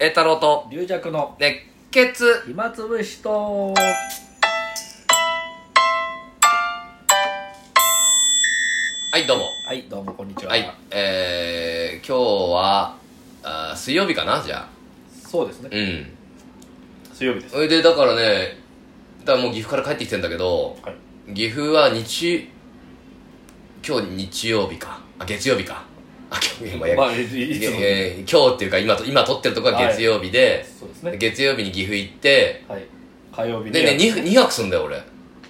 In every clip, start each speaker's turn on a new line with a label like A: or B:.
A: 栄太郎と
B: 龍弱の
A: 熱血
B: 暇つぶしと
A: はいどうも
B: はいどうもこんにちは、
A: はいえー、今日はあー水曜日かなじゃあ
B: そうですね
A: うん
B: 水曜日です
A: それでだからねだからもう岐阜から帰ってきてんだけど
B: はい
A: 岐阜は日今日日曜日かあ月曜日かあ今日今や、
B: まあいついつも
A: えー今日っていうか今と今撮ってるとこは月曜日で、
B: そうですね
A: 月曜日に岐阜行って
B: はい火曜日
A: でね 2, 2泊すんだよ俺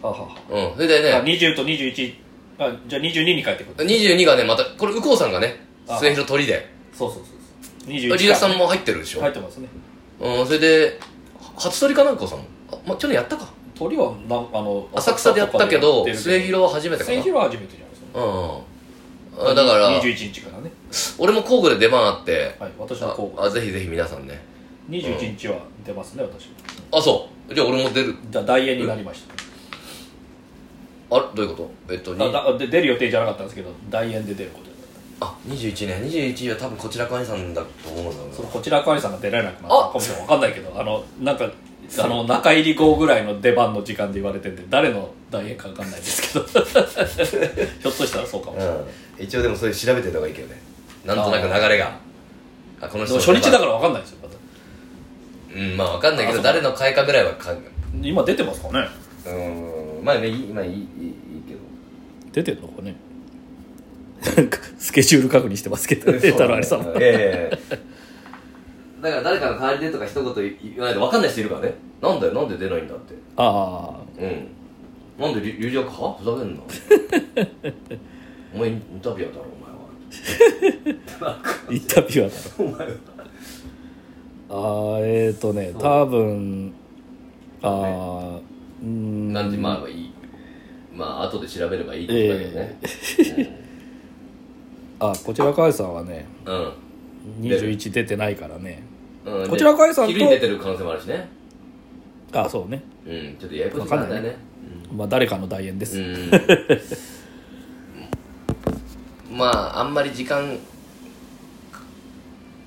B: あはは
A: うんそれでね
B: あ20と21あじゃあ22に帰ってくる
A: 22がねまたこれ右近さんがね
B: あ
A: 末広鳥で
B: そうそうそうそう21
A: リラさんも入ってるでしょ、
B: 入ってますね
A: うんそれで初鳥かな右近さんもあ、ま、去年やったか
B: 鳥はなんあの
A: 浅草でやったけど
B: 浅草とかで
A: 末
B: やってる
A: 広は初めて
B: けど
A: か
B: 末
A: な
B: 広は初めてじゃないです
A: う
B: か
A: んあだから
B: 21日からね
A: 俺も工具で出番あって
B: はい私の
A: あ
B: 候補
A: あぜひぜひ皆さんね
B: 21日は出ますね私
A: あそうじゃあ俺も出る
B: だ大演になりました
A: あれどういうことえっとに
B: あだで出る予定じゃなかったんですけど大演で出ることになった
A: あ21年21は多分こちらかにさんだと思うんだけ
B: その
A: ど
B: こちらかわりさんが出られなくなったかもしれないわかんないけどあのなんかあの中入り後ぐらいの出番の時間で言われてんで誰の大変かわかんないです けどひょっとしたらそうかもしれない
A: うん一応でもそれ調べてた方がいいけどねなんとなく流れがあこの
B: で
A: 人
B: も
A: の
B: 初日だからわかんないですよまだ
A: うんまあわかんないけ
B: あ
A: ど
B: そう
A: 誰の会かぐらいはか
B: 今出てますかね
A: うんまあねいいまあいいいいいいけど
B: 出てるのかねスケジュール確認してますけど
A: え
B: ね太郎有さん
A: そうねええだから誰かの代わりでとか一言言わないと分かんない人いるからねなんだよなんで出ないんだって
B: あ
A: うんなんで龍弱はふざけ んなお前インタビュアーだろ
B: あインタビュアーだ
A: お前はお前は
B: ああえっ、ー、とね多分ああうん
A: 何時前はいいまあ後で調べればいいってことだけどね、
B: あこちらかわりさんはね
A: 21
B: 出てないからね
A: うん、うん、
B: こちらかいさんと
A: で昼に出てる可能性もあるしね
B: あそうね
A: うんちょっとややこしいなんだよね
B: まあ誰かの代演です、
A: うんまああんまり時間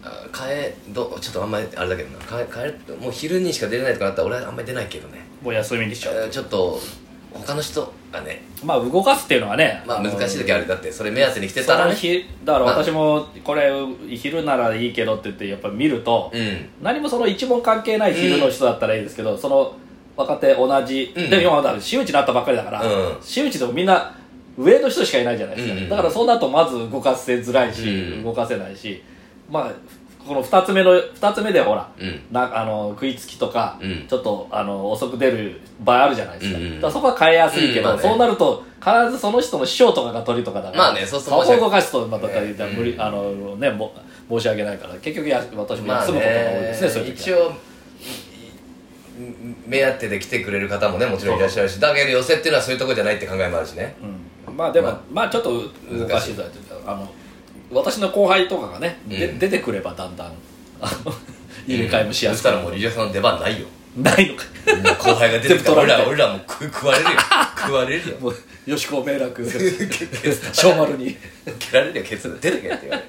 A: あ変えどちょっとあんまりあれだけどな変え変えもう昼にしか出れないとかなったら俺はあんまり出ないけどね
B: もう休みにしちゃう
A: えーちょっと他の人がね
B: まあ動かすっていうのはね
A: まあ難しい時
B: あ
A: あるだってそれ目当てに来て
B: て
A: た
B: た
A: ら
B: ら
A: ね
B: だから
A: まあ
B: 私もこれ昼ならいいけどって言ってやっぱ見ると、
A: うん
B: 何もその一問関係ない昼の人だったらいいですけど、その若手同じ、
A: うん
B: でも今まだ私有地になったばっかりだから、
A: うん
B: 私有地でもみんな上の人しかいないじゃないですか、
A: うんうん
B: だからそうなるとまず動かせづらいし、
A: うん
B: 動かせないしまあこの2つ目の二つ目ではほら、
A: うん
B: なあの食いつきとか、
A: うん
B: ちょっとあの遅く出る場合あるじゃないですか,、
A: うんうん
B: だからそこは変えやすい
A: う
B: けど、
A: んまあね
B: そうなると必ずその人の師匠とかが取りとかだから、
A: まあねそうすると
B: そ
A: 申し
B: こ
A: 訳
B: を動かすとまただいたい
A: ね
B: 無理、あのねも申し訳ないから結局や私も
A: まあ
B: 休むことが多いですね,、そういう時は
A: 一応いい目当てで来てくれる方もねもちろんいらっしゃるしだけど寄せっていうのはそういうとこじゃないって考えもあるしね
B: うんまあでも、
A: ま
B: ま
A: あ
B: あ、ちょっと難しいというかあの私の後輩とかがね、で
A: うん
B: 出てくればだんだんあの入れ替えもしやす
A: そ
B: く
A: したらもうリリアさんの出番ないよ
B: ないのか
A: みんな後輩が出てきたら俺
B: 全部取られ
A: ら
B: て
A: 俺らもう食食わ れるよ食われるよ
B: もうよしこ 明楽小丸に
A: 蹴られるよケツ出てけって言われる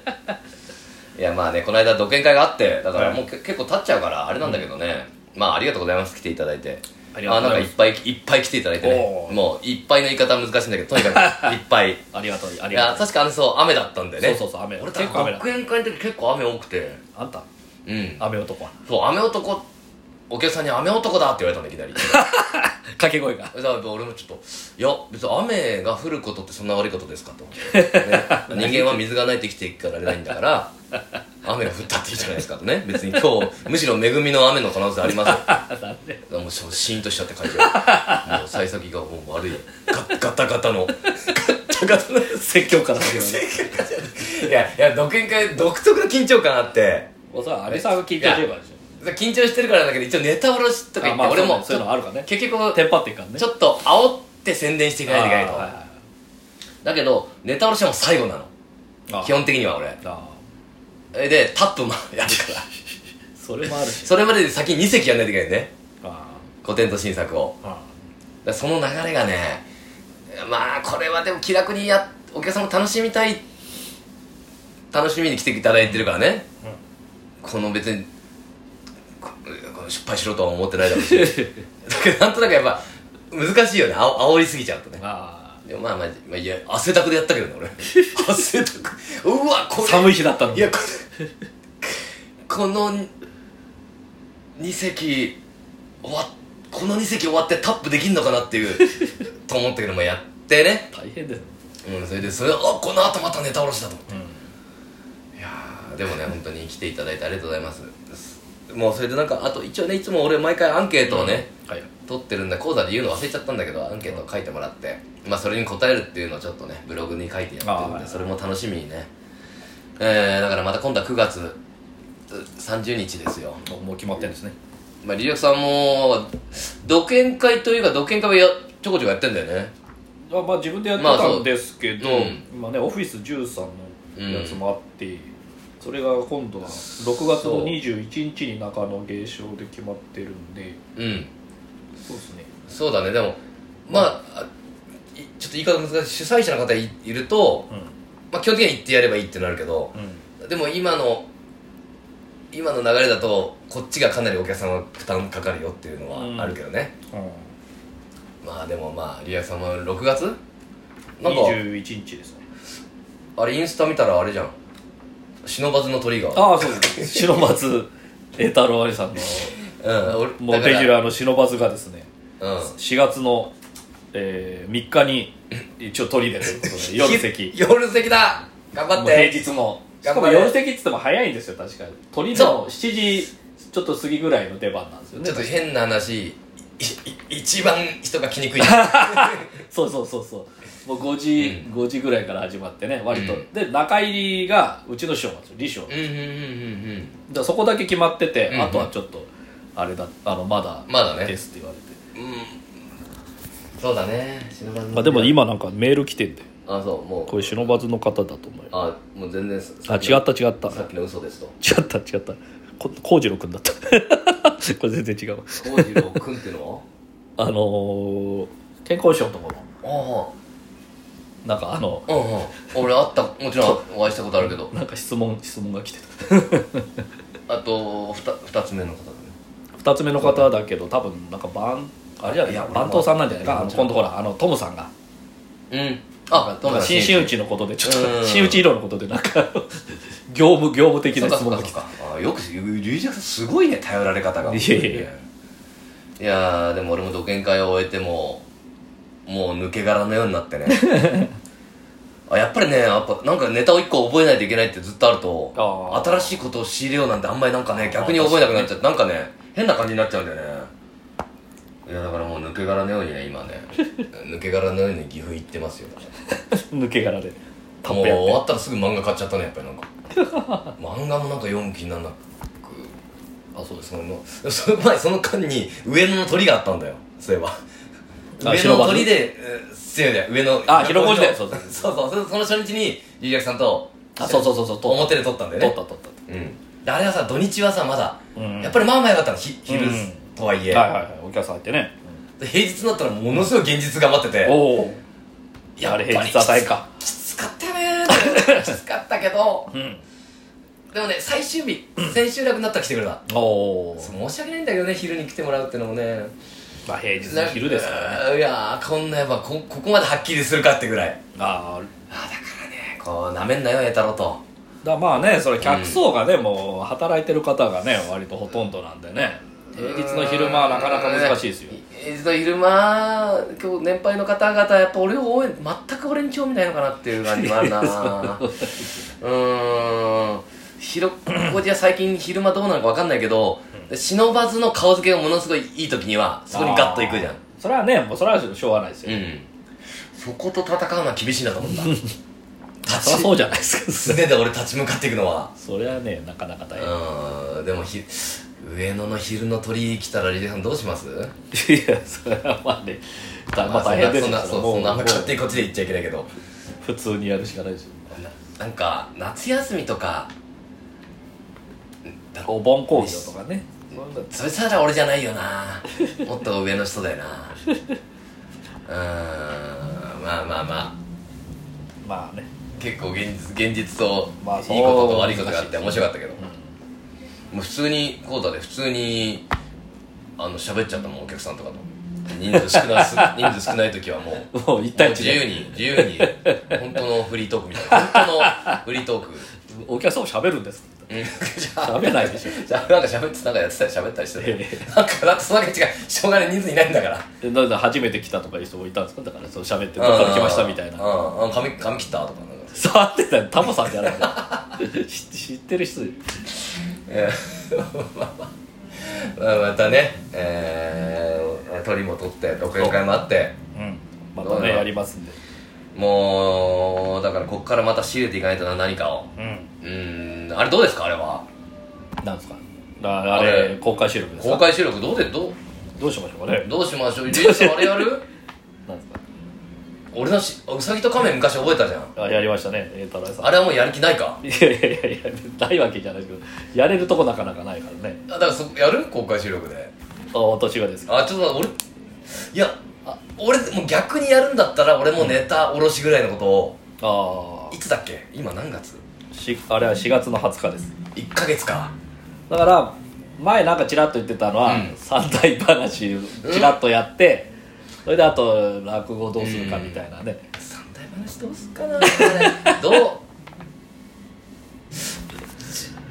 A: いやまあねこの間独演会があってだからもうけ、結構経っちゃうからあれなんだけどね、まあありがとうございます来ていただいて
B: ありがとうございます
A: あなんかいっぱいいっぱい来ていただいてね
B: おー
A: もういっぱいの言い方は難しいんだけどとにかくいっぱ い
B: ありがとうあ
A: い
B: り
A: や
B: がとう
A: 確かあのそう雨だったんだよね
B: そうそうそう雨
A: 俺たち
B: 結構雨だ
A: 独演会の時結構雨多くて
B: あんた
A: うん
B: 雨男は
A: そう雨男お客さんに雨男だって言われたんだいきなり
B: 掛け声が
A: だから俺もちょっと「いや別に雨が降ることってそんな悪いことです かと」ね人間は水がないと生きていくからあれないんだから雨が降ったっていいじゃないですかとね別に今日むしろ恵みの雨の可能性ありますよだか
B: なんで
A: らもうシーンとしちゃって感じがもう幸先がもう悪いガガタガタのガタガタの
B: 説教から始まる
A: いやいや独演会独特の緊張感あって
B: もうそれは安倍さんが緊張してるからでし
A: 緊張してるからだけど一応ネタ下ろしとか言っ
B: あ
A: て、
B: まあ
A: 俺も
B: そういうのそういうのあるからね
A: 結
B: ょ
A: 局
B: テンパっていくからね
A: ちょ
B: っ
A: っと煽って宣伝していかないといけないと、だけどネタ下ろしはもう最後なの基本的には俺
B: あ
A: えでタップもやるから
B: それもあるし
A: それまで先に2席やんないといけないね
B: あ
A: 古典と新作を
B: ああ
A: だからその流れがねまあこれはでも気楽にやお客さんも楽しみたい楽しみに来ていただいてるからね、この別に失敗しろとは思ってないだろう しだ けどなんとなくやっぱ難しいよねあお煽りすぎちゃうとね
B: あ
A: でもまあまあ、まあ、いや汗だくでやったけどね 俺汗だくうわこ
B: あ
A: れ
B: 寒い日だったの
A: いやこれこの2席終わっこの2席終わってタップできんのかなっていうと思ったけどまあやってね、
B: 大変ですね
A: うん、それでそれあこの後またネタ下ろしだと思って
B: うん
A: いやーでもね本当に来ていただいてありがとうございますもうそれでなんかあと一応ねいつも俺毎回アンケートをね、
B: はい
A: 取ってるんだ講座で言うの忘れちゃったんだけどアンケートを書いてもらって、まあ、それに答えるっていうのをちょっとねブログに書いてやってるん
B: あ
A: で
B: あ
A: それも楽しみにね、えー、だからまた今度は9月う30日ですよ
B: もうもう決まってるんですね
A: まあリリアクさんも独演会というか独演会はやちょこちょこやってんだよね
B: あまあ自分でやって
A: まあ
B: た
A: そうん
B: ですけど、
A: うん
B: 今ねオフィス13のやつもあって、それが今度は6月
A: そう
B: の21日に中野芸商で決まってるんで
A: うん
B: そうですね
A: そうだねでもまああいちょっと言い方難しい主催者の方いいると、
B: う
A: まあ、基本的には行ってやればいいってなるけど
B: んうん
A: でも今の今の流れだとこっちがかなりお客様負担かかるよっていうのはあるけどね、まあでもまあリアさんも6月なんか
B: 21日ですね
A: あれインスタ見たらあれじゃん忍ばずの鳥が
B: ああそうです 白松栄太郎兄さんの
A: うん
B: もうレギュ
A: ラ
B: ラーの白松がですね
A: ー
B: 4月の、えー、3日に一応取り出ということで夜席
A: 夜席だ頑張
B: も
A: っ
B: う平
A: て
B: 日のし
A: 頑
B: か
A: 張れ
B: も夜席っつっても早いんですよ確かに鳥
A: そ
B: の7時ちょっと過ぎぐらいの出番なんですよね
A: ちょっと変な話いい一番人が来 にくい
B: そうそうそうそうもう5時、5時ぐらいから始まってね割と、
A: うん
B: で中入りがうちの師匠なんですよ李師匠
A: うんうんうんうん
B: だからそこだけ決まってて、
A: うんうん
B: あとはちょっとあれだあのまだ
A: まだね
B: ですって言われて、
A: うんうんそうだね忍ばずの鳥
B: まあ、でも今なんかメール来てんで
A: あそうもう
B: これ忍ばずの方だと思うよ
A: あもう全然
B: あ違った違った
A: さっきの嘘ですと
B: 違った違ったこ幸次郎君だった これ全然違う
A: 幸次郎君っていうの
B: あのー、健康師匠のところ
A: は
B: なんかあの
A: ああうんうん俺会ったもちろんお会いしたことあるけど
B: なんか質問質問が来てた
A: あと 2, つ目の方だね
B: 2つ目の方だけど多分なんかバンあれじゃない
A: いや
B: 番頭さんなんじゃないかあ
A: 俺
B: の
A: も
B: 今度ほらあのトムさんが
A: うん
B: なん
A: あ
B: か
A: どうも
B: 新真打ちのことでちょっ
A: うん
B: と新打ち医療のことでなん か業務業務的
A: そ
B: な
A: うか
B: 質
A: そうかそ
B: 問が来
A: う
B: て
A: かあよく龍二さんすごいね頼られ方が
B: いやいやいや
A: いやーでも俺も独演会を終えてももう抜け殻のようになって ねあやっぱりねやっぱなんかネタを一個覚えないといけないってずっとあると
B: あー
A: 新しいことを仕入れようなんてあんまりなんかね逆に覚えなくなっちゃってなんかね変な感じになっちゃうんだよねいやだからもう抜け殻のようにね 今ね抜け殻のように岐阜行ってますよ
B: 抜け殻でタ
A: もう
B: ップやっ
A: 終わ
B: て
A: ったらすぐ漫画買っちゃったねやっぱりなんか 漫画もなんか読む気にならなくあそうですそのその前その間に上野の鳥があったんだよそういえば
B: あ
A: 上野の鳥でうん失礼だよ上野
B: あ広小路だよ
A: そ
B: そう
A: そ
B: うそうう
A: そうその初日に龍役さんと
B: あそうそうそうそう撮っ
A: 表で撮ったんだ
B: た
A: よ
B: 撮っ
A: ね
B: た撮った
A: うんであれはさ土日はさまだ、
B: うん
A: やっぱりまあまあ良かったのひ昼
B: うん
A: とはいえ、
B: はいはいはいお客さん入ってね
A: で平日になったらものすごい現実頑張ってて、
B: おお
A: や
B: あ
A: っぱ
B: れ
A: り
B: 平日は大変か
A: きつかったねー きつかったけど
B: うん
A: でもね最終日千秋楽になったら来てくれた
B: おお
A: そう申し訳ないんだけどね昼に来てもらうってのもね
B: まあ平日の昼ですからね
A: ねいやーこんなやっぱこここまではっきりするかってぐらい
B: ああ
A: あーだからねこうなめんなよ栄太郎と
B: だまあねそれ客層がね、もう働いてる方がね割とほとんどなんでね平日の昼間はなかなか難しいですよ
A: 平日の昼間今日年配の方々やっぱ俺を応援全く俺に興味ないのかなっていう感じもあ るなうーん広こじは最近昼間どうなのか分かんないけど、忍ばずの顔付けがものすごいいい時にはそこにガッといくじゃん
B: あーそれはねもうそれはしょうがないですよ、
A: うんそこと戦うのは厳しいなと思った
B: そりゃそう
A: 立
B: じゃないです
A: ち
B: か
A: 常で俺立ち向かっていくのは
B: それはねなかなか大変
A: うんでもひ上野の昼の鳥来たらリリーさんどうします
B: いやそれはまあねだまあ大変です
A: そん
B: よ
A: なそんなそう
B: も
A: そ
B: うん
A: なあんま勝手に
B: も
A: こっちで言っちゃいけないけど
B: う普通にやるしかないですよ
A: ななんか夏休みとか
B: お盆興行とかねそういうの
A: それしたら俺じゃないよ なもっと上の人だよなうーんまあまあまあ
B: まあね
A: 結構現実現実と
B: まあそう
A: いいことと悪いことがあって面白かったけど、
B: うん
A: もう普通にコータで普通にあの喋っちゃったもんお客さんとかと人数少 ない人数少ない時はもう
B: もう一対一
A: 自
B: で
A: 由に自由に本当のフリートークみたいな本当のフリートーク
B: お客さんも喋るんですか
A: うん
B: 喋ない でしょ
A: じゃあなんか喋ってなんかやってたり喋ったりしてた
B: え
A: なんかだってそのわけ違うしょうがない人数いないんだから
B: えなんだ初めて来たとかいう人もいたんですかだからそう喋ってどっから来ましたみたいな
A: うんうん髪髪切ったとかなんか
B: 触ってたタモさんじゃないの知知ってる人
A: えー まあまあまたねえー鳥も取って独演会もあって
B: うんま
A: ど
B: た
A: うだ
B: ねやりますんで
A: もうだからこっからまた仕入れていかないとな何かを
B: うん
A: うーんあれどうですかあれは
B: なんですかああれ
A: あれ
B: 公開収録です
A: 公
B: か
A: 開収録どうでどう
B: どうしましょうかね
A: どうしましょうリリースあれやる
B: なんですか
A: 俺のしうさぎと亀昔覚えたじゃん
B: あやりましたねえー太郎さん
A: あれはもうやる気ないか
B: いやいやいやいやないわけじゃないですけどやれるとこなかなかないからね
A: あだからそやる公開収録で
B: あ私がですか
A: あちょっと待って俺いやあ俺もう逆にやるんだったら俺もネタおろしぐらいのことを
B: ああ
A: いつだっけ今何月
B: しあれは4月の20日です
A: 1ヶ月か
B: だから前なんかちらっと言ってたのは、
A: うん
B: 三大話ちらっとやって、それであと落語どうするかみたいなね、
A: 三大話どうすっかなこれどう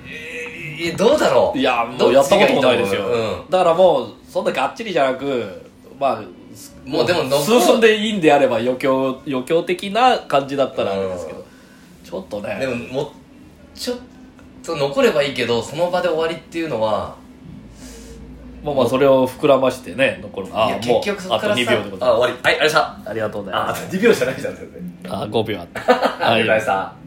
A: えーどうだろう
B: い
A: い
B: やもうやったこともないですよ、
A: う
B: だからもうそんながっちりじゃなくまあ
A: ん、もうでも残
B: 数分でいいんであれば余興余興的な感じだったらあれですけど、
A: うん
B: ちょっとね
A: でももうちょっと残ればいいけどその場で終わりっていうのは
B: まあまあそれを膨らましてね残る
A: い
B: あ
A: や
B: あも
A: 結
B: う
A: 局そ
B: あ
A: ことからさ
B: 2秒でござい
A: あ
B: ま
A: 終わりはいありがとうございました
B: すありがとうござい
A: あ
B: ま
A: あ
B: す
A: と2秒じゃないじゃん全然
B: あ5秒あった
A: ありがとうございまし
B: は
A: た